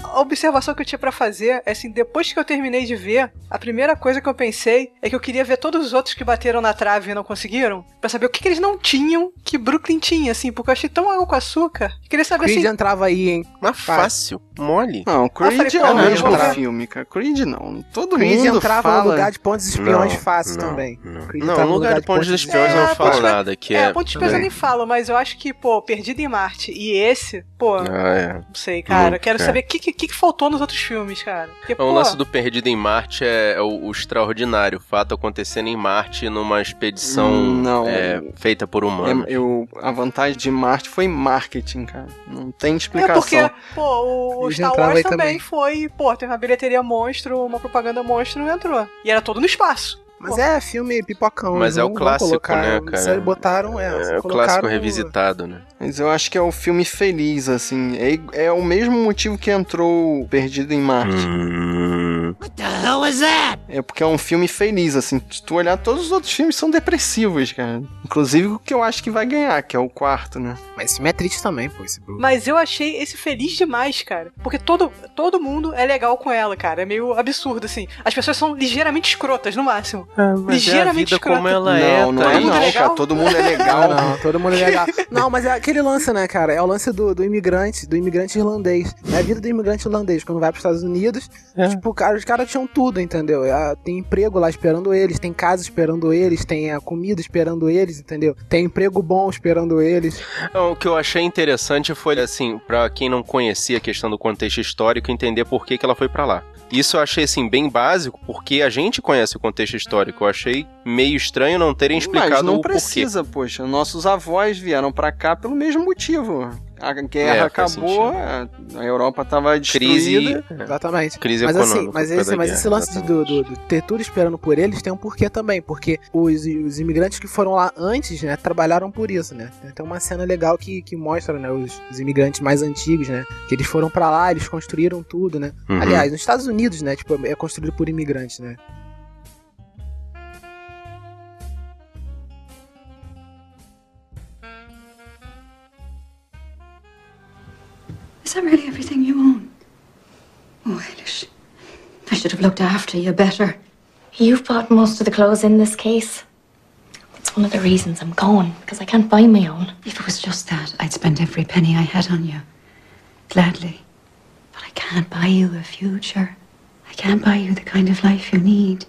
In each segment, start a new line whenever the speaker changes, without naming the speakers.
a observação que eu tinha para fazer é assim, depois que eu terminei de ver, a primeira coisa que eu pensei é que eu queria ver todos os outros que bateram na trave e não conseguiram, para saber o que, que, eles não tinham que Brooklyn tinha, assim, porque eu achei tão água com açúcar. Eu queria saber
Creed
é
assim.
entrava aí, hein?
Mas fácil, mole.
Não, Creed
falei,
é
pô,
o
eu
mesmo
vou ver.
filme, cara. Creed não. Todo
Creed
mundo
entrava
fala...
no lugar de pontos espiões
Não,
fácil
não,
também.
não.
Creed
Não,
entrava
tá no lugar de pontos dos espiões eu
É,
não falo
pontos-
nada, que
É,
é...
pontos de peso eu nem falo, mas eu acho que, pô, Perdido em Marte e esse, pô,
Ah, é.
não sei, cara. Eu
Hum,
quero
é.
saber o que, que, que faltou nos outros filmes, cara. Porque,
Então,
pô,
o lance do Perdido em Marte é, é o, o extraordinário, o fato acontecendo em Marte numa expedição
Hum, não.
é, feita por humanos.
É, eu, a vantagem de Marte foi em marketing, cara. Não tem
É
explicação.
porque, pô, o- o
Eles
Star
entravam
Wars
aí
também,
também.
foi, pô, teve uma bilheteria monstro, uma propaganda monstro e entrou. E era todo no espaço.
Mas é filme pipocão. eles
Mas é o
não vão
clássico,
colocar,
né, cara?
Se eles botaram, é.
É,
se
o
colocaram-
clássico revisitado, né?
Mas eu acho que é o filme feliz, assim. É, i- é o mesmo motivo que entrou o Perdido em Marte.
Hum,
É porque é um filme feliz, assim. Se tu olhar, todos os outros filmes são depressivos, cara. Inclusive o que eu acho que vai ganhar, que é o quarto, né?
Mas esse filme é triste também, pô, esse Bruno.
Mas eu achei esse feliz demais, cara. Porque todo, todo mundo é legal com ela, cara. É meio absurdo, assim. As pessoas são ligeiramente escrotas, no máximo.
mas é a
Ligeiramente
vida como
escrota.
ela é,
não, não
Thaís.
é
Todo mundo
não,
legal?
cara. Todo mundo
Não, não, todo mundo
é legal.
é legal. Não, mas é aquele lance, né, cara? É o lance do, do imigrante, do imigrante irlandês. É a vida do imigrante irlandês. Quando vai pros Estados Unidos,
É.
tipo, cara, os caras tinham tudo, entendeu? Ah, Tem emprego lá esperando eles, tem casa esperando eles, tem a comida esperando eles, entendeu? Tem emprego bom esperando eles.
Não, O que eu achei interessante foi, assim, pra quem não conhecia a questão do contexto histórico, entender por que, que ela foi pra lá. Isso eu achei, assim, bem básico, porque a gente conhece o contexto histórico. Eu achei meio estranho não terem explicado
Mas não
o porquê.
precisa, poxa. Nossos avós vieram pra cá pelo mesmo motivo. A guerra
É, faz
acabou, a a Europa tava
Crise,
destruída.
Exatamente.
crise
Mas
econômica.
assim, mas
por causa
esse,
da
mas
guerra,
esse lance de-
exatamente.
do, do, do ter tudo esperando por eles tem um porquê também, porque os, os imigrantes que foram lá antes, né, trabalharam por isso, né? Tem até uma cena legal que, que mostra, né, os, os imigrantes mais antigos, né, que eles foram pra lá, eles construíram tudo, né?
Uhum.
Aliás, nos Estados Unidos, né, tipo, é construído por imigrantes, né?
Is that really everything you own? Oh, Eilish, I should have looked after you better.
You've bought most of the clothes in this case. That's one of the reasons I'm going, because I can't buy my own.
If it was just that, I'd spend every penny I had on you. Gladly. But I can't buy you a future. I can't buy you the kind of life you need.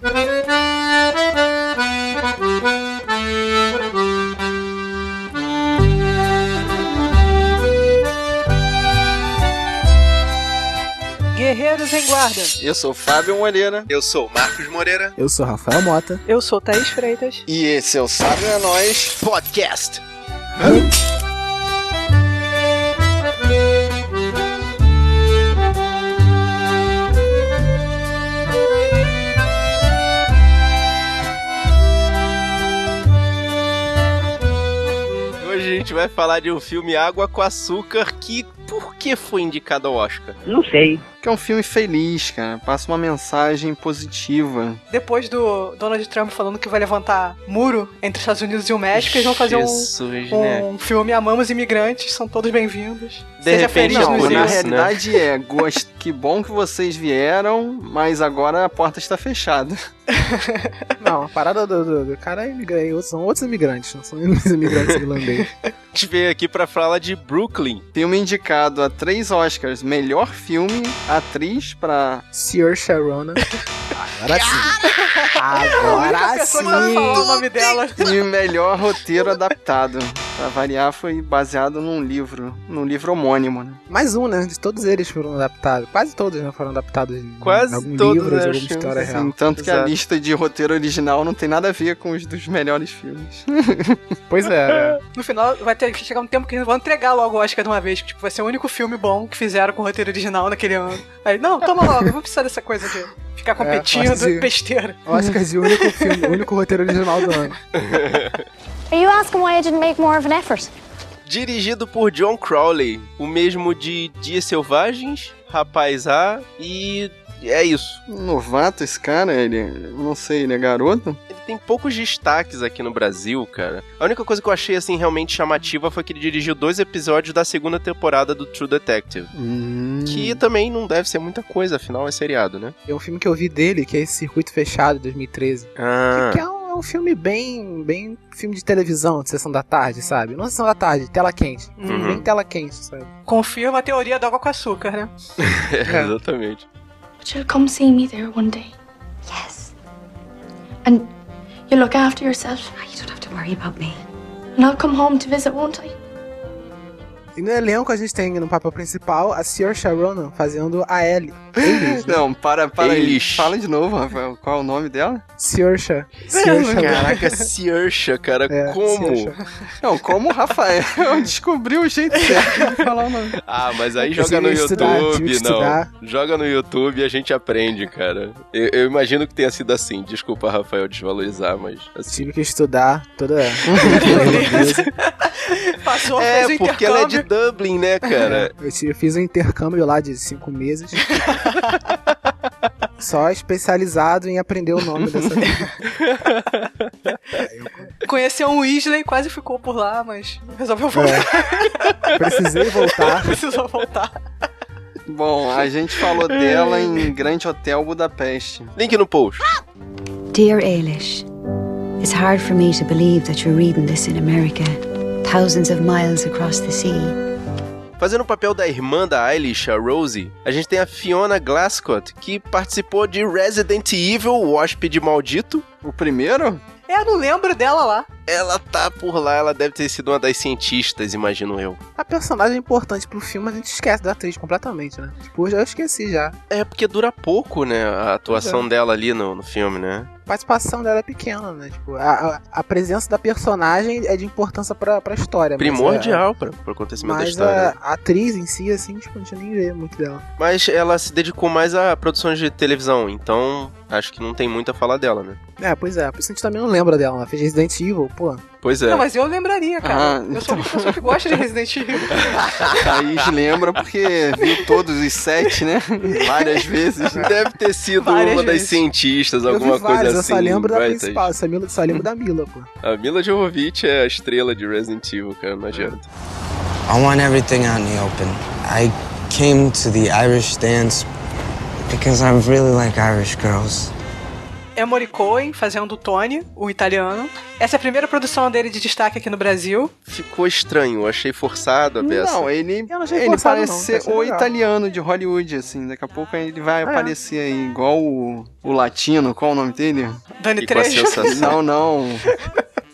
Guerreiros em guarda.
Eu sou Fábio Moreira.
Eu sou o Marcos Moreira.
Eu sou Rafael Mota.
Eu sou Thaís Freitas.
E esse é o Sábio é Nós.
Podcast.
Hoje a gente vai falar de um filme Água com Açúcar que por que foi indicado ao Oscar?
Que é um filme feliz, cara. Passa uma mensagem positiva.
Depois do Donald Trump falando que vai levantar muro entre os Estados Unidos e o México, eles vão fazer um,
Jesus, né?
um filme Amamos Imigrantes, são todos bem-vindos.
De
Seja
repente,
feliz
é
Não,
nos
por
na
isso, né?
realidade é, gost... que bom que vocês vieram, mas agora a porta está fechada.
Não, a parada do, do, do cara é imigrante, outros- são outros imigrantes, não são os imigrantes irlandeses.
A gente veio aqui pra falar de Brooklyn.
Filme indicado a três Oscars: melhor filme, atriz pra.
Sir Sharona. Agora sim.
A
Agora
pessoa que sabe
sim.
falar o nome dela.
e melhor roteiro adaptado. Pra variar, foi baseado num livro, num livro homônimo, né?
Mais um, né? De todos eles foram adaptados. Quase todos né, foram adaptados em
Quase
algum
todos,
livro,
né,
de
os
alguma
filmes,
história
assim.
é real.
Tanto que a
Exato.
lista de roteiro original não tem nada a ver com os dos melhores filmes.
Pois é. né?
No final, vai ter que chegar um tempo que eles vão entregar logo o Oscar de uma vez. que, Tipo, vai ser o único filme bom que fizeram com o roteiro original naquele ano. Aí, não, toma logo, eu vou precisar dessa coisa de
É,
ficar competindo,
faz isso.
besteira.
Oscar de é único filme, único roteiro original do ano.
Are you asking why I didn't make more of an effort?
Dirigido por John Crowley, o mesmo de Dias Selvagens, Rapaz A e é isso.
Novato esse cara, ele. Não sei, ele é garoto?
Ele tem poucos destaques aqui no Brasil, cara. A única coisa que eu achei, assim, realmente chamativa foi que ele dirigiu dois episódios da segunda temporada do True Detective.
Hum.
Que também não deve ser muita coisa, afinal é seriado, né?
É um filme que eu vi dele, que é esse Circuito Fechado, 2013.
Ah.
Que é um, é um filme bem. bem filme de televisão, de sessão da tarde, sabe? Não sessão da tarde, tela quente. Um filme
Uhum.
Bem tela quente, sabe?
Confirma a teoria da água com açúcar, né?
É, exatamente.
But you'll come see me there one day.
Yes.
And you'll look after yourself.
Oh, you don't have to worry about me.
And I'll come home to visit, won't I?
E no elenco a gente tem no papel principal a Sierra Sharonan fazendo a Ellie. Eilish, né?
Não, para, para aí.
Eilish.
Fala de novo, Rafael. Qual é o nome dela?
Saoirse. Saoirse Ronan.
Caraca, Searsha, cara,
É,
como?
Saoirse.
Não, como o Rafael descobriu o jeito certo de falar o nome.
Ah, mas aí
Esse
joga no
tive que estudar,
YouTube,
tive que estudar.
não. Joga no YouTube e a gente aprende, cara. Eu, eu imagino que tenha sido assim. Desculpa, Rafael, desvalorizar, mas assim.
Tive que estudar toda.
Passou,
É,
fez o
porque ela é de
intercâmbio.
Dublin, né, cara?
Eu tive- fiz um intercâmbio lá de cinco meses. Só especializado em aprender o nome dessa.
Conheceu um Weasley, quase ficou por lá, mas
É.
resolveu voltar.
Precisei voltar.
Precisou voltar.
Bom, a gente falou dela em Grande Hotel Budapeste.
Link no post.
Dear Eilish, it's hard for me to believe that you're reading this in America, thousands of miles across the sea.
Fazendo o papel da irmã da Eilish, a Rosie, a gente tem a Fiona Glascott, que participou de Resident Evil, o hóspede maldito.
O primeiro?
É, Eu não lembro dela lá.
Ela tá por lá, ela deve ter sido uma das cientistas, imagino eu.
A personagem é importante pro filme, a gente esquece da atriz completamente, né? Tipo, eu já esqueci já.
É porque dura pouco, né, a atuação
é.
dela ali no, no filme, né?
A participação dela é pequena, né? Tipo, a, a- a presença da personagem é de importância pra, pra história. mas
Primordial pra,
é-
pro acontecimento da
Mas
história. né?
a, a atriz em si, assim, tipo, não tinha nem ver muito dela.
Mas ela se dedicou mais a produções de televisão, então acho que não tem muito a falar dela, né?
É, pois é. Por isso a gente também não lembra dela. Ela fez Resident Evil, pô.
Pois é.
Não, mas eu lembraria, cara.
Ah,
eu sou uma pessoa que gosta de Resident Evil.
Thaís lembra porque É, viu todos os sete, né? Várias vezes.
Deve ter sido
Várias
uma das
vezes.
cientistas, alguma
eu vi várias,
coisa
eu
assim.
só lembro da
vai, Uhum.
principal. Eu só lembro, só lembro da Mila, pô.
Thaís. A Mila Jovovich é a estrela de Resident Evil, cara, não adianta.
I want everything out in the open. I came to the Irish dance because I really like Irish girls.
É Morricoen fazendo o Tony, o italiano. Essa é a primeira produção dele de destaque aqui no Brasil.
Ficou estranho, achei forçado a peça.
Não, ele,
Eu não achei
ele
forçado,
parece
não,
ser
achei
o
legal. É.
italiano de Hollywood, assim. Daqui a pouco ele vai aparecer aí, igual o, o latino. Qual o nome dele?
Dani
Ficou a
3.
sensação.
Não, não.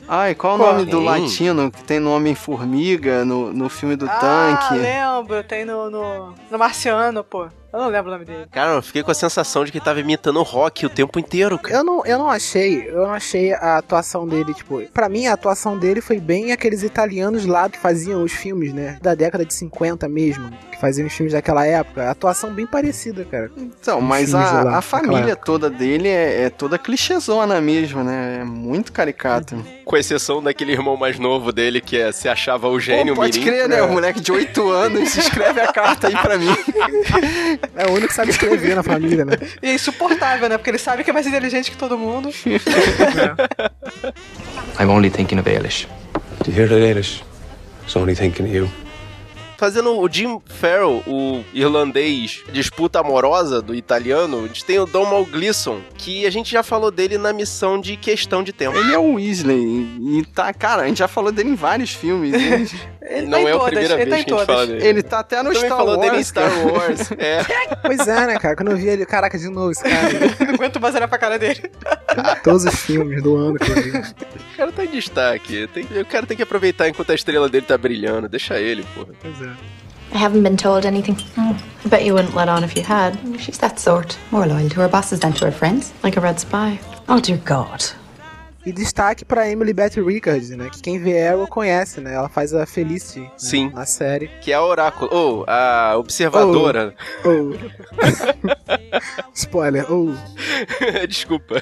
Ai, qual o
Qual?
nome do
Tá Quem?
latino que tem nome em formiga no, no filme do
Ah,
tanque?
lembro. Tem no, no, no Marciano, pô. Eu não lembro o nome dele.
Cara, eu fiquei com a sensação de que tava imitando o rock o tempo inteiro, cara.
Eu não, eu não achei, eu não achei a atuação dele, tipo, pra mim a atuação dele foi bem aqueles italianos lá que faziam os filmes, né? Da década de 50 mesmo, que faziam os filmes daquela época. A atuação bem parecida, cara.
Então, mas
Filmes lá,
a, a
naquela
família
época.
toda dele é, é toda clichêzona mesmo, né? É muito caricato.
Com exceção daquele irmão mais novo dele que é, se achava o gênio
Pô, pode
mirim.
crer, né? O moleque de 8 anos escreve a carta aí pra mim.
É o único que sabe escrever na família, né?
E é insuportável, né? Porque ele sabe que é mais inteligente que todo mundo.
I'm only thinking of Eilish.
Do you hear that, Eilish? It's only thinking of you.
Fazendo o Jim Farrell, o irlandês, disputa amorosa do italiano, a gente tem o Domal Gleeson, que a gente já falou dele na missão de questão de tempo.
Ele é o Weasley. E tá, cara, a gente já falou dele em vários filmes. Ele,
Ele
Não
tá em
é a
todas,
primeira
ele tá em
vez que a gente
todas.
fala dele.
ele tá até no
também
Star
falou
Wars.
dele em Star Wars. É.
Pois é, né, cara? Quando eu vi ele, caraca, de novo esse cara. né?
Não aguento mais olhar pra cara dele.
Todos os filmes do ano que eu vi.
O cara tá em destaque. Tem, o cara tem que aproveitar enquanto a estrela dele tá brilhando. Deixa ele, porra.
Pois é.
I haven't been told anything. I bet you wouldn't let on if you had.
She's that sort, more loyal to her bosses than to her friends.
Like a red spy.
Oh, dear God.
E destaque pra Emily Beth Richards, né? Que quem vê Arrow conhece, né? Ela faz a Felicity né,
Sim.
na série.
Que é a oráculo. Ou a observadora.
Ou- Spoiler. Ou.
Desculpa.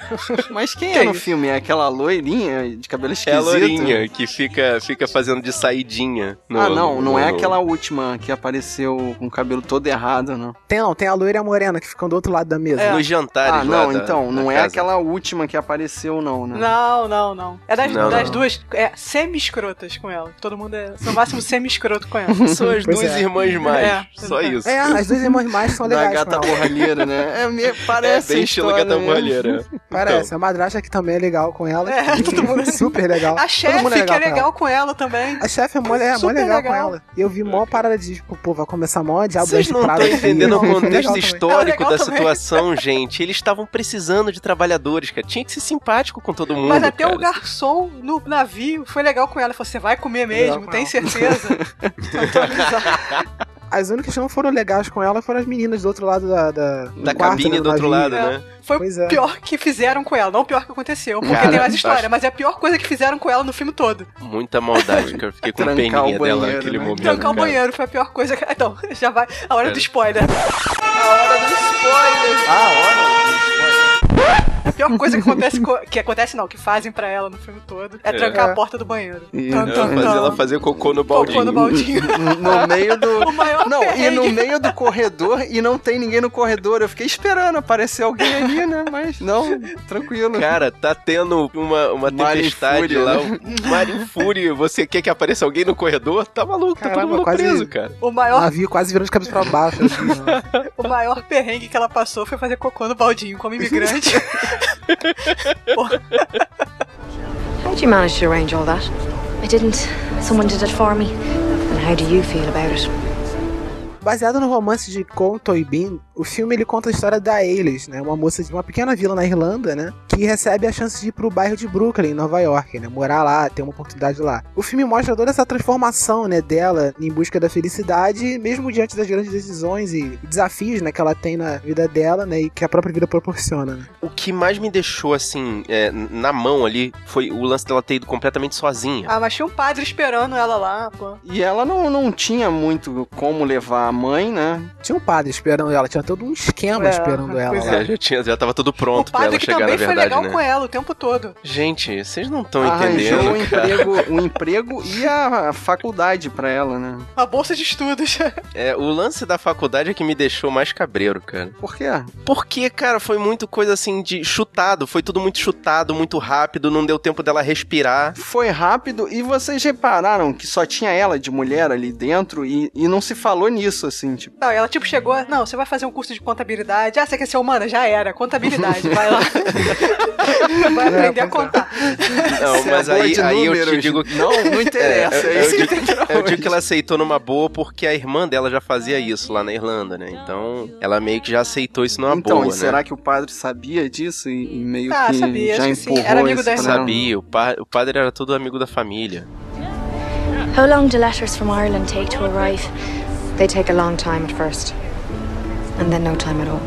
Mas quem é no filme? É aquela loirinha de cabelo
É
esquisito?
a lourinha que fica, fica fazendo de saidinha. no-
ah, não, não
no-
é
no-
aquela última que apareceu com o cabelo todo errado, não.
Tem não, tem a loira e a morena que ficam do outro lado da mesa.
É. Nos jantares
Ah,
lá
não,
da-
então,
da
não é
casa.
aquela última que apareceu, não, né?
Não, não, não. É das,
Não,
das
não.
duas, é semi-escrotas com ela. Todo mundo é, no máximo, semi-escroto com ela.
São as
Pois
duas
é.
irmãs mais.
É.
Só isso.
É, as duas irmãs mais são
da
legais.
gata
com ela.
borralheira, né? É, me
É
parece.
bem estilo gata borralheira.
Parece, a madrasta que também é legal com ela.
É, todo mundo-
super legal.
A
Todo
chefe,
mundo
que é
com ela.
legal com ela também.
A chefe é mó, é mó
Super
legal,
legal.
com ela. E eu vi mó parada de, tipo, pô, vai começar mó diabo
Vocês
de
não
Prada
estão
aqui.
entendendo o
Legal
contexto
também.
histórico
legal
da
também.
situação, gente. Eles estavam precisando de trabalhadores, cara. Tinha que ser simpático com todo mundo.
Mas até
cara.
o garçom no navio foi legal com ela. Ele falou: você vai comer
Legal
mesmo,
com
tem
ela."
certeza. Tentou avisar.
As únicas que não foram legais com ela foram as meninas do outro lado da. Da, do
Da
quarto,
cabine
né,
do outro
navio.
lado,
É.
né?
Foi
Pois é.
o pior que fizeram com ela, não o pior que aconteceu, porque
Cara,
tem mais história,
acho-
mas é a pior coisa que fizeram com ela no filme todo.
Muita maldade, cara. Eu Fiquei com
Trancar
peninha
o
dela
banheiro,
naquele
né?
momento.
Trancar o
cara.
banheiro foi a pior coisa. que- Então, já vai. A hora
É.
do spoiler. A pior coisa que acontece, co- que acontece não, que fazem pra ela no filme todo é,
É.
trancar
É.
a porta do banheiro.
E-
Tan,
É,
tan,
fazer
tan.
ela fazer cocô no
Cocô
baldinho.
no baldinho.
No meio do.
O maior
Não, e no
perrengue.
meio do corredor e não tem ninguém no corredor. Eu fiquei esperando aparecer alguém ali, né? Mas não, tranquilo.
Cara, tá tendo uma, uma
Mar em
tempestade
fúria,
lá, um mar em fúria. Você quer que apareça alguém no corredor? Tá maluco, tá
Caramba,
todo mundo
quase-
preso, cara.
O
O
maior,
navio quase virando de cabeça pra baixo. assim, né?
o maior perrengue que ela passou foi fazer cocô no baldinho como imigrante.
How'd you manage to arrange all that?
I didn't. Someone did it for me.
And how do you feel about it?
Baseado no romance de Colton e Bean, o filme ele conta a história da Ailes, né? Uma moça de uma pequena vila na Irlanda, né? Que recebe a chance de ir pro bairro de Brooklyn, em Nova York, né? Morar lá, ter uma oportunidade lá. O filme mostra toda essa transformação, né? Dela em busca da felicidade, mesmo diante das grandes decisões e desafios, né? Que ela tem na vida dela, né? E que a própria vida proporciona, né?
O que mais me deixou, assim, é, na mão ali, foi o lance dela ter ido completamente sozinha.
ah, mas tinha um padre esperando ela lá, pô.
E ela não, não tinha muito como levar a mãe, né?
Tinha um padre esperando ela, tinha todo um esquema
É,
esperando ela
pois
lá. né?
É, já, tinha, já tava tudo
O
pronto pra
padre
ela
que
chegar,
também
na
foi
verdade,
legal
né?
com ela o tempo todo.
Gente, vocês não estão
Arranjou
entendendo.
o emprego, o emprego e a faculdade pra ela, né?
A bolsa de estudos.
É, o lance da faculdade é que me deixou mais cabreiro, cara.
Por quê?
Porque, cara, foi muito coisa assim de chutado. Foi tudo muito chutado, muito rápido, não deu tempo dela respirar.
Foi rápido e vocês repararam que só tinha ela de mulher ali dentro e, e não se falou nisso, assim, tipo.
Não, ela tipo chegou, não, você vai fazer um curso de contabilidade. Ah, você quer ser humana? Já era, contabilidade, vai lá.
É,
vai aprender a contar.
Não,
"Você
mas
é boa
aí,
de
aí eu te
números."
digo que.
Não, não interessa.
É,
É,
eu
isso que
digo-
tem pra
Eu
hoje.
digo que é ela aceitou numa boa porque a irmã dela já fazia isso lá na Irlanda, né? Então, ela meio que já aceitou isso numa
Então,
boa,
e
né?
será que o padre sabia disso e, e meio
Ah,
que
sabia,
já
acho que sim.
empurrou
Era amigo
isso
da
pra
irmã.
ela?
Sabia, o, pa- o padre era todo amigo da família.
How long do letters from Ireland take to arrive?
They take a long time at first, and then no time at all.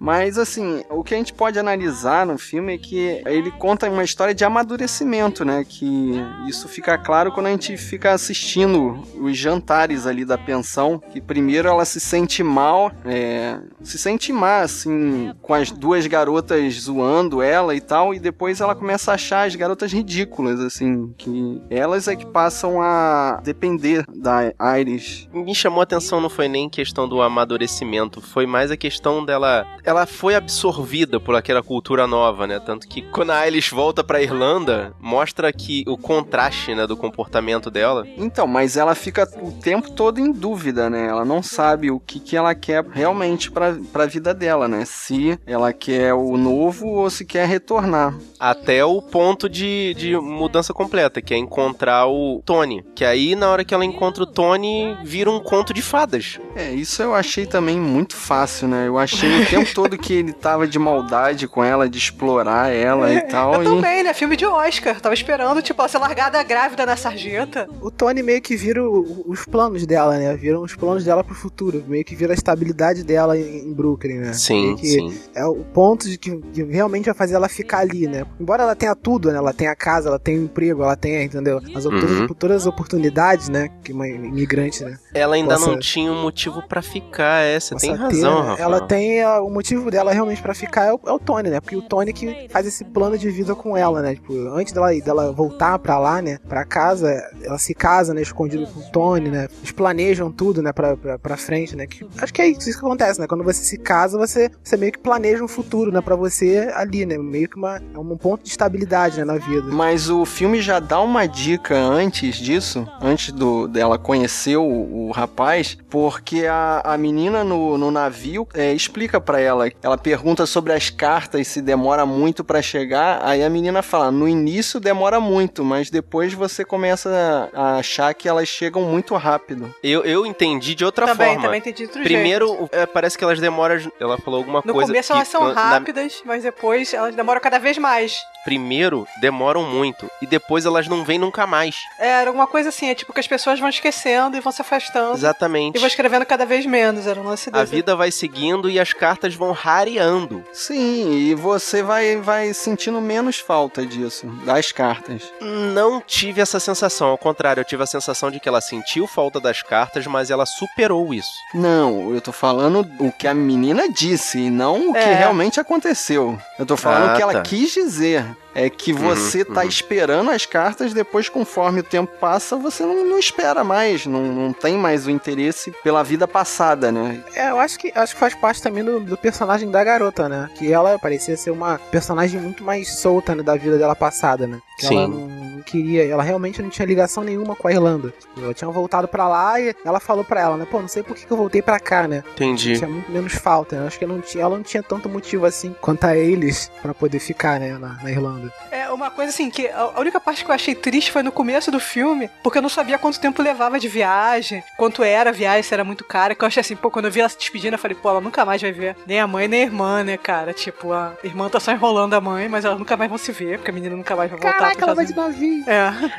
Mas assim, o que a gente pode analisar no filme é que ele conta uma história de amadurecimento, né? Que isso fica claro quando a gente fica assistindo os jantares ali da pensão. Que primeiro ela se sente mal, é, se sente má, assim, com as duas garotas zoando ela e tal, e depois ela começa a achar as garotas ridículas, assim, que elas é que passam a depender da Iris.
Me chamou a atenção não foi nem questão do amadurecimento, foi mais a questão dela. Ela foi absorvida por aquela cultura nova, né? Tanto que quando a Alice volta pra Irlanda, mostra que o contraste, né, do comportamento dela.
Então, mas ela fica o tempo todo em dúvida, né? Ela não sabe o que, que ela quer realmente pra, pra vida dela, né? Se ela quer o novo ou se quer retornar.
Até o ponto de, de mudança completa, que é encontrar o Tony. Que aí, na hora que ela encontra o Tony, vira um conto de fadas.
É, isso eu achei também muito fácil, né? Eu achei o tempo todo que ele tava de maldade com ela, de explorar ela e tal.
Eu
e-
também, né? Filme de Oscar. Tava esperando, tipo, ela ser largada grávida na sarjeta.
O Tony meio que vira o- os planos dela, né? Viram os planos dela pro futuro. Meio que vira a estabilidade dela em, em Brooklyn, né?
Sim,
Meio que
sim.
É o ponto de que, que realmente vai fazer ela ficar ali, né? Embora ela tenha tudo, né? Ela tenha a casa, ela tenha o emprego, ela tenha, entendeu? As, op-
Uhum.
todas, todas as oportunidades, né? Que uma imigrante, né?
Ela ainda
Possa-
não tinha um motivo pra ficar, é. Você tem
possa ter,
razão,
né?
Rafael.
Ela tem a- o motivo dela realmente pra ficar é o, é o Tony, né? Porque o Tony que faz esse plano de vida com ela, né? Tipo, antes dela dela voltar pra lá, né? Pra casa, ela se casa, né? Escondido com o Tony, né? Eles planejam tudo, né? Pra, pra, pra frente, né? Que- acho que é isso que acontece, né? Quando você se casa, você, você meio que planeja um futuro, né? Pra você ali, né? Meio que uma, é um ponto de estabilidade, né? Na vida.
Mas o filme já dá uma dica antes disso, antes do dela conhecer o, o rapaz, porque a, a menina no, no navio é, explica pra ela, ela pergunta sobre as cartas se demora muito pra chegar, aí a menina fala, no início demora muito, mas depois você começa a, a achar que elas chegam muito rápido.
Eu, eu entendi de outra
também,
forma.
também tem de outro jeito.
Primeiro, o- é, parece que elas demoram. Ela falou alguma
No
coisa.
começo
que
elas são
can- na-
rápidas, mas depois elas demoram cada vez mais.
Primeiro, demoram muito. E depois elas não vêm nunca mais.
É, era alguma coisa assim, é tipo que as pessoas vão esquecendo e vão se afastando.
Exatamente.
E vão escrevendo cada vez menos, era um lance
A
desse.
vida vai seguindo e as cartas vão rareando.
Sim, e você vai, vai sentindo menos falta disso, das cartas.
Não tive essa sensação. Ao contrário, eu tive a sensação de que ela sentiu falta das cartas, mas ela superou isso.
Não, eu tô falando o que a menina disse, e não o que
É.
realmente aconteceu. Eu tô falando
Ah,
o que ela
tá.
quis dizer. É que você tá
uhum.
esperando as cartas, depois, conforme o tempo passa, você não, não espera mais, não, não tem mais o interesse pela vida passada, né?
É, eu acho que acho que faz parte também do, do personagem da garota, né? Que ela parecia ser uma personagem muito mais solta né, da vida dela passada, né? Que Ela
Sim.
não, não queria, ela realmente não tinha ligação nenhuma com a Irlanda. Tipo, Ela tinha voltado pra lá e ela falou pra ela, né? Pô, não sei por que, que eu voltei pra cá, né?
Entendi.
Tinha muito menos falta, né? Acho que ela não tinha, ela não tinha tanto motivo assim quanto a eles pra poder ficar, né? Na, na Irlanda.
É uma coisa assim, que a a única parte que eu achei triste foi no começo do filme, porque eu não sabia quanto tempo levava de viagem, quanto era a viagem, se era muito cara, que eu achei assim, pô, quando eu vi ela se despedindo, eu falei, pô, ela nunca mais vai ver nem a mãe nem a irmã, né, cara? Tipo, a irmã tá só enrolando a mãe, mas elas nunca mais vão se ver, porque a menina nunca mais vai voltar
Caraca,
pro
ela vai de
Estados
navio.
Unidos.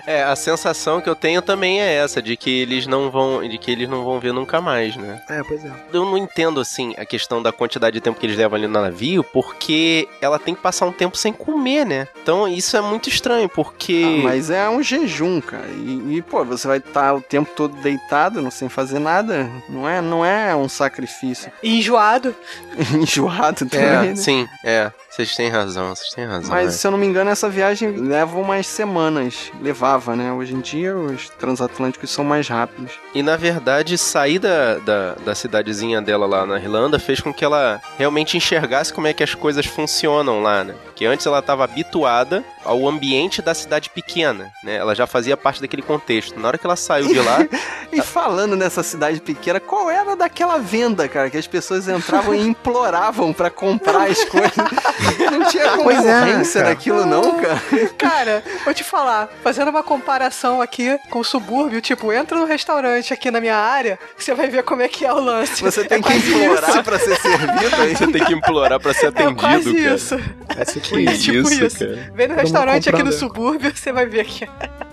É.
É, a sensação que eu tenho também é essa, de que eles não vão. De que eles não vão ver nunca mais, né?
É, pois é.
Eu não entendo, assim, a questão da quantidade de tempo que eles levam ali no navio, porque ela tem que passar um tempo sem comer, né? Então isso é muito estranho, porque.
Ah, mas é um jejum, cara. E, e, pô, você vai estar o tempo todo deitado, não sem fazer nada. Não é, não é um sacrifício.
E enjoado.
Enjoado também,
É,
né?
sim, é. Vocês têm razão, vocês têm razão.
Mas,
é.
se eu não me engano, essa viagem leva umas semanas. Levava, né? Hoje em dia, os transatlânticos são mais rápidos.
E na verdade, sair da, da, da cidadezinha dela lá na Irlanda fez com que ela realmente enxergasse como é que as coisas funcionam lá, né? Porque antes ela estava habituada ao ambiente da cidade pequena, né? Ela já fazia parte daquele contexto. Na hora que ela saiu de lá,
E falando nessa cidade pequena, qual era daquela venda, cara? Que as pessoas entravam e imploravam pra comprar as coisas. Não tinha
Pois é,
concorrência
cara.
daquilo, não, cara.
Cara, vou te falar, fazendo uma comparação aqui com o subúrbio, tipo, entra no restaurante aqui na minha área, você vai ver como é que é o lance.
Você tem
é
que
quase
implorar
isso.
pra ser servido aí.
você tem que implorar pra ser
É
atendido,
quase
cara.
isso.
É tipo
Que
É
isso.
tipo
isso,
isso.
cara.
Vem no
Todo mundo
restaurante aqui no
comprando.
subúrbio, você vai ver que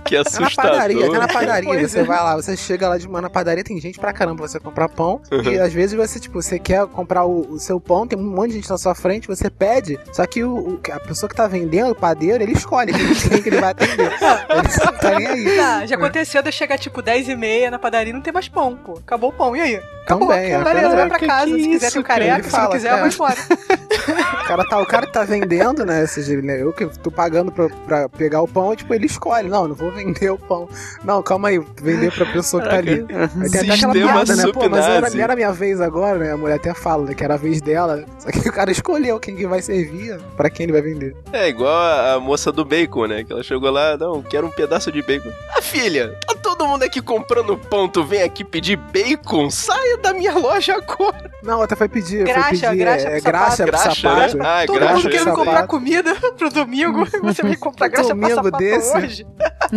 Que
Tá na padaria, tá na
assustador.
padaria.
Pois
Você
é.
vai lá, você chega lá de manhã na padaria, tem gente pra caramba pra você comprar pão.
Uhum.
E às vezes você, tipo, você quer comprar o, o seu pão, tem um monte de gente na sua frente, você pede, só que o, o- a pessoa que tá vendendo, o padeiro, ele escolhe quem que ele vai atender. Ele não tá nem aí.
Tá, já aconteceu de eu chegar tipo 10 e meia na padaria e não tem mais pão, pô. Acabou o pão, e aí? Acabou,
Também, é.
beleza, vai pra
Caraca,
casa.
que
Se quiser
isso,
tem um
cara,
careca,
ele
se não
fala,
quiser, eu vou
cara.
embora.
O cara, tá, o cara que tá vendendo, né? Ou seja, ele- eu que tô pagando pra, pra pegar o pão, tipo, ele escolhe. Não, não vou vender o pão. Não, calma aí, vou vender pra pessoa que tá ali. Aí tem até aquela
Sistema
piada, né? Pô, mas era,
supinazi.
era minha vez agora, né? A mulher até fala né, que era a vez dela. Só que o cara escolheu quem que vai servir, pra quem ele vai vender.
É igual a a moça do bacon, né? Que ela chegou lá, não, quero um pedaço de bacon. Ah, filha, tá todo todo mundo aqui comprando pão, tu vem aqui pedir bacon? Saia da minha loja agora.
Não, até foi pedir.
Graxa,
foi pedir,
graxa pro
é,
sapato.
graxa pro
Graxa,
sapato.
né? Ah,
Todo
graxa
mundo
pro
querendo
sapato.
comprar comida pro domingo e você vem comprar graxa pra
Domingo
sapato
desse.
hoje.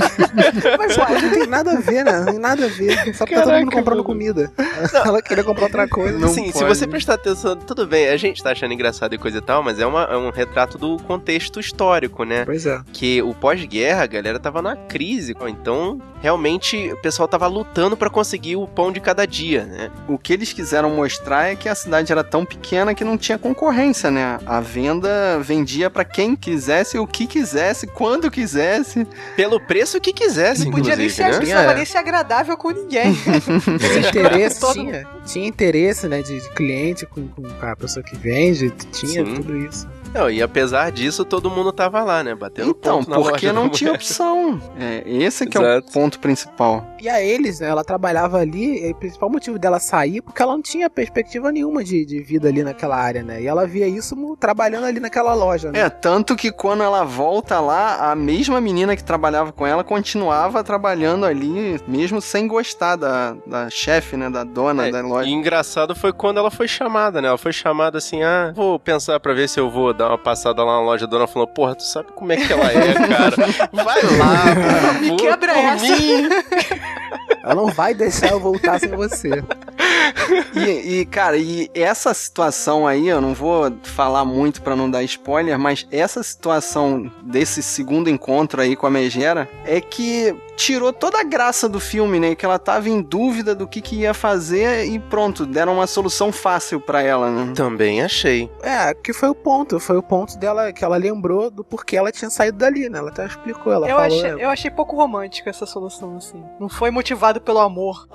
Mas uai,
Não tem nada a ver, né? Não tem nada a ver. Só porque tá todo
Caraca,
mundo comprando
mano.
comida. Ela queria comprar outra coisa.
Não
Sim, assim, se
pode.
você prestar atenção, tudo bem, a gente tá achando engraçado e coisa e tal, mas é, uma- é um retrato do contexto histórico, né?
Pois é.
Que o pós-guerra, a galera tava na crise, então realmente o pessoal tava lutando pra conseguir o pão de cada dia, né?
O que eles quiseram mostrar é que a cidade era tão pequena que não tinha concorrência, né? A venda vendia pra quem quisesse, o que quisesse, quando quisesse.
Pelo preço que quisesse,
não podia nem
inclusive,
ser,
né?
não precisava nem ser agradável com ninguém.
Tinha interesse,
Todo-
tinha, tinha interesse, né, de, de cliente com, com a pessoa que vende, tinha
Sim.
tudo isso.
Não, e apesar disso, todo mundo tava lá, né? Batendo
então,
ponto na loja
porque
da
não
mulher.
tinha opção. É, esse que é o
Exato.
ponto principal.
E a eles, né, ela trabalhava ali, e o principal motivo dela sair, porque ela não tinha perspectiva nenhuma de, de vida ali naquela área, né, e ela via isso mo- trabalhando ali naquela loja, né.
É, tanto que quando ela volta lá, a mesma menina que trabalhava com ela continuava trabalhando ali, mesmo sem gostar da, da chefe, né? Da dona
É,
da loja.
E engraçado foi quando ela foi chamada, né? Ela foi chamada assim, ah, vou pensar pra ver se eu vou dar uma passada lá na loja. A dona falou, porra, tu sabe como é que ela é, cara? Vai lá, por favor,
Me quebra
por
essa.
mim."
Ela não vai deixar eu voltar sem você.
E, e, cara, e essa situação aí, eu não vou falar muito pra não dar spoiler, mas essa situação desse segundo encontro aí com a Megera é que tirou toda a graça do filme, né? Que ela tava em dúvida do que, que ia fazer e pronto, deram uma solução fácil pra ela, né?
Também achei.
É, que foi o ponto, foi o ponto dela, que ela lembrou do porquê ela tinha saído dali, né, ela até explicou, ela
Eu
falou...
achei,
né?
eu achei pouco romântica essa solução, assim. Não foi motivado pelo amor.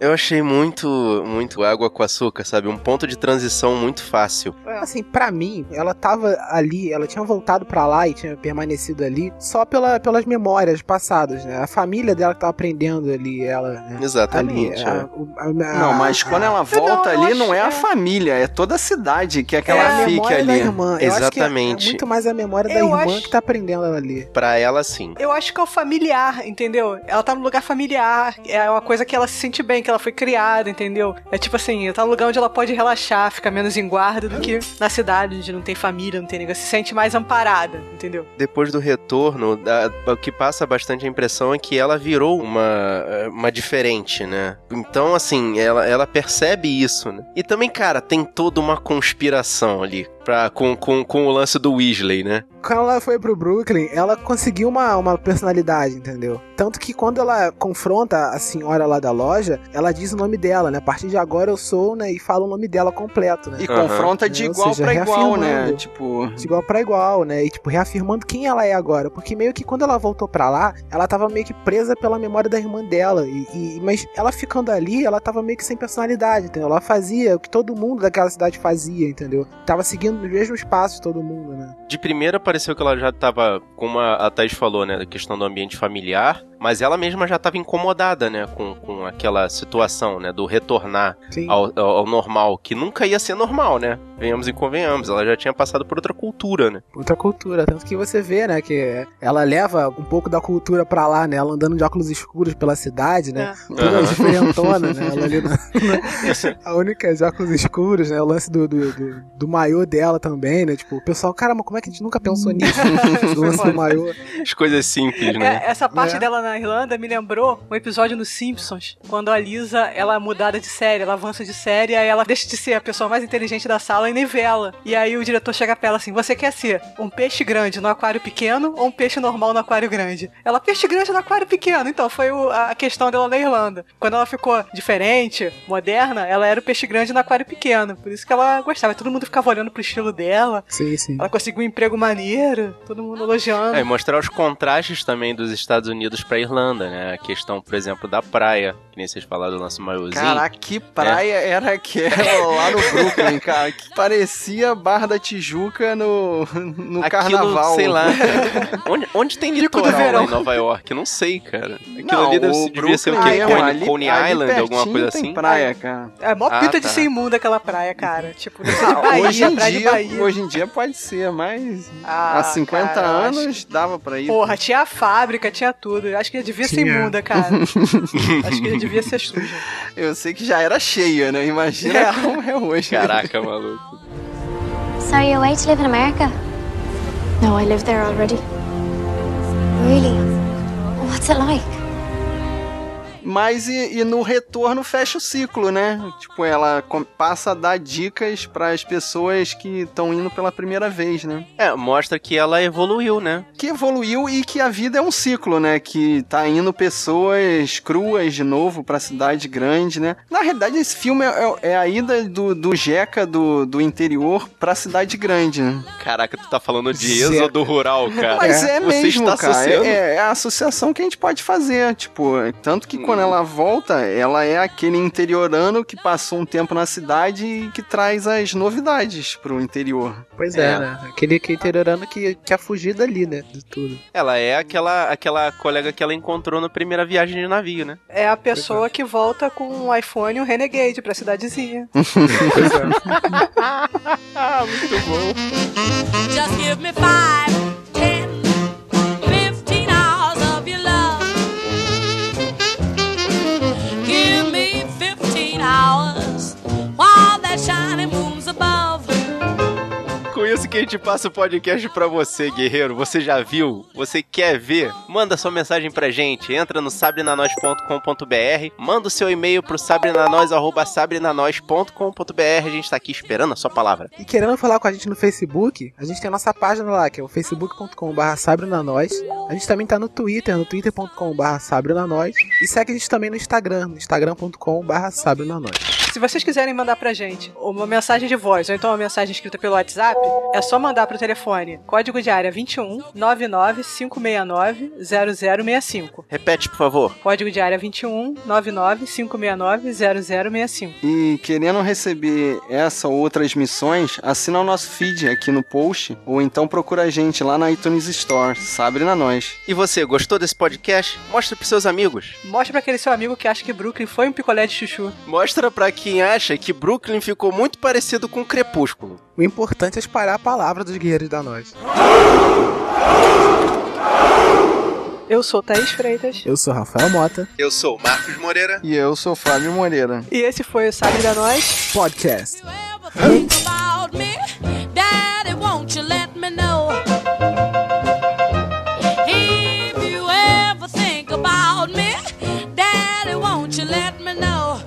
Eu achei muito, muito água com açúcar, sabe? Um ponto de transição muito fácil.
Assim, pra mim, ela tava ali, ela tinha voltado pra lá e tinha permanecido ali só pela, pelas memórias passadas, né? A família dela que tava aprendendo ali, ela, né? Ali,
Exatamente. é.
a- o- a- a-
é. Não, mas quando é
Ah.
ela volta
eu
ali, não é a
acho-
família, é toda a cidade que é que
é
ela
a
fica
memória da
ali.
irmã. Eu acho que é-
Exatamente.
é muito mais a memória da
Eu
irmã
acho-
que tá aprendendo ela ali.
Pra ela, sim.
Eu acho que é o familiar, entendeu? Ela tá num lugar familiar, é uma coisa que ela se sente bem, que ela foi criada, entendeu? É tipo assim, tá num lugar onde ela pode relaxar, fica menos em guarda do que na cidade, onde não tem família, não tem negócio. Se sente mais amparada, entendeu?
Depois do retorno, da- o que passa bastante a impressão é que ela virou uma, uma diferente, né? Então, assim, ela, ela percebe isso, né? E também, cara, tem toda uma conspiração ali pra, com, com, com o lance do Weasley, né?
Quando ela foi pro Brooklyn, ela conseguiu uma, uma personalidade, entendeu? Tanto que quando ela confronta a senhora lá da loja, ela diz o nome dela, né? A partir de agora eu sou, né? E fala o nome dela completo, né?
E
Aham.
confronta de
Ou
igual
seja,
pra igual, né?
reafirmando.
Tipo,
de igual pra igual, né? E tipo reafirmando quem ela é agora, porque meio que quando ela voltou pra lá, ela tava meio que presa pela memória da irmã dela. E, e- mas ela ficando ali, ela tava meio que sem personalidade, entendeu? Ela fazia o que todo mundo daquela cidade fazia, entendeu? Tava seguindo os mesmos passos de todo mundo, né?
De primeira pareceu que ela já tava, como a a Thaís falou, né, da questão do ambiente familiar, mas ela mesma já tava incomodada, né, com, com aquela situação, né, do retornar
Sim.
ao, ao- ao normal, que nunca ia ser normal, né? Venhamos e convenhamos, ela já tinha passado por outra cultura, né?
Outra cultura, tanto que você vê, né, que ela leva um pouco da cultura pra lá, né? Ela andando de óculos escuros pela cidade, né? Toda
Aham.
diferentona, né? Ela ali na, na- a única de óculos escuros, né? O lance do, do, do, do maiô dela também, né? Tipo, o pessoal, caramba, como é que a gente nunca pensou nisso? o lance do maiô.
As coisas simples,
É,
né?
essa parte
É.
dela na Irlanda me lembrou um episódio nos Simpsons, quando a Lisa ela é mudada de série, ela avança de série, aí ela deixa de ser a pessoa mais inteligente da sala e nivela. E aí o diretor chega pra ela assim: Você quer ser um peixe grande no aquário pequeno ou um peixe normal no aquário grande? Ela, peixe grande no aquário pequeno. Então foi o- a questão dela na Irlanda. Quando ela ficou diferente, moderna, ela era o peixe grande no aquário pequeno. Por isso que ela gostava. Todo mundo ficava olhando pro estilo dela.
Sim, sim.
Ela conseguiu um emprego maneiro, todo mundo elogiando.
É, e mostrar os contrastes também dos Estados Unidos pra Irlanda, né? A questão, por exemplo, da praia, que nem vocês falaram do nosso maiôzinho.
Caraca, que praia
É.
era aquela lá no Brooklyn, cara? Que parecia Barra da Tijuca no, no
Aquilo,
um carnaval.
sei lá. cara. onde, onde tem
do
litoral
verão.
lá em Nova York? Eu Não sei, cara. Aquilo
Não,
ali deve,
o
ser- devia ser o
Brooklyn
quê?
mesmo,
Coney,
ali-
Coney
ali
Island, alguma
pertinho
coisa
tem
assim?
praia, cara.
É mó
Ah,
pinta
tá.
de ser imunda aquela praia, cara. Tipo, não sei,
Ah,
Bahia,
hoje em
praia de Bahia.
hoje em dia pode ser, mas
Ah,
há 50
cara, eu
anos
acho
dava pra ir.
Porra, tinha a fábrica, tinha tudo. Acho que devia ser
Tinha.
imunda, cara. Acho que devia ser suja.
Eu sei que já era cheia, né? Imagina
É.
como é hoje.
Caraca, maluco.
So are you away to live in America?
No, I live there already.
Really? What's it like?
Mas e, e no retorno fecha o ciclo, né? Tipo, ela com- passa a dar dicas para as pessoas que estão indo pela primeira vez, né?
É, mostra que ela evoluiu, né?
Que evoluiu e que a vida é um ciclo, né? Que tá indo pessoas cruas de novo pra cidade grande, né? Na realidade, esse filme é, é- é a ida do, do Jeca do, do interior pra cidade grande, né?
Caraca, tu tá falando de
Zero.
êxodo rural, cara.
Mas é, mesmo,
Você está
cara.
associando?
É, é a associação que a gente pode fazer. Tipo, tanto que
Hum.
quando ela volta, ela é aquele interiorano que passou um tempo na cidade e que traz as novidades pro interior.
Pois é, né? Aquele, aquele interiorano que quer fugir dali, né? De tudo.
Ela é aquela, aquela colega que ela encontrou na primeira viagem de navio, né?
É a pessoa que volta com um iPhone e um Renegade pra cidadezinha.
Muito
bom. Just give me five, ten, fifteen hours of your love. Give me fifteen hours while that shining moon's above.
Com isso que a gente passa o podcast pra você, guerreiro. Você já viu? Você quer ver? Manda sua mensagem pra gente. Entra no sabrenanois.com.br, manda o seu e-mail pro sabrenanois@sabrenanois.com.br. A gente tá aqui esperando a sua palavra.
E querendo falar com a gente no Facebook, a gente tem a nossa página lá, que é o facebook.com.br sabrenanois. A gente também tá no Twitter, no twitter.com.br sabrenanois. E segue a gente também no Instagram, no instagram.com.br sabrenanois.
Se vocês quiserem mandar pra gente uma mensagem de voz ou então uma mensagem escrita pelo WhatsApp, é só mandar pro telefone código de área 21 99 569 0065.
Repete, por favor.
Código de área 21 99 569 0065.
E querendo receber essa ou outras missões, assina o nosso feed aqui no post ou então procura a gente lá na iTunes Store. Sabre na nós.
E você, gostou desse podcast? Mostra pros seus amigos.
Mostra pra aquele seu amigo que acha que Brooklyn foi um picolé de chuchu.
Mostra pra quem acha que Brooklyn ficou muito parecido com Crepúsculo.
O importante é espalhar a palavra dos guerreiros da nós.
Eu sou Thaís Freitas.
Eu sou Rafael Mota.
Eu sou o Marcos Moreira.
E eu sou Fábio Moreira.
E esse foi o Sabre da Nós
Podcast.
Think about me, Daddy, won't you let me know? If you ever think about me, Daddy, won't you let me know?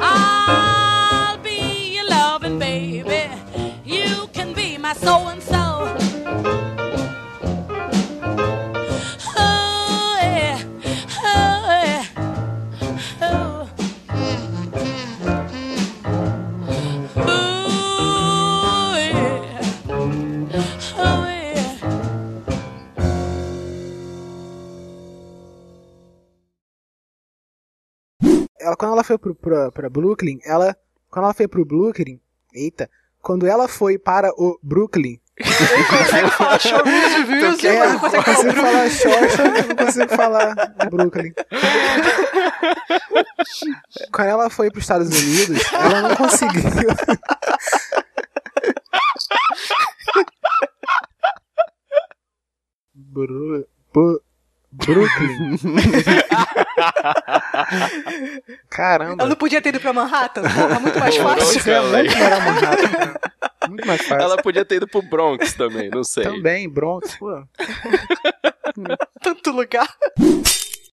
I'll be your loving baby. You can be my so and so. Oh, yeah. Oh, yeah. Oh. Oh,
Ela, quando ela foi pro, pra, pra Brooklyn, ela. Quando ela foi pro Brooklyn. Eita. Quando ela foi para o Brooklyn.
Music,
É,
mas não consegue falar Então, o
consigo falar short, eu não consigo falar Brooklyn. Quando ela foi para os Estados Unidos, ela não conseguiu. Bru- Bu- Brooklyn. Caramba.
Ela não podia ter ido pra Manhattan? Porra, muito mais
Porra,
fácil.
cara, velho.
né? Muito mais fácil.
Ela podia ter ido pro Bronx Então também, não sei.
Também, Bronx, pô.
Tanto lugar.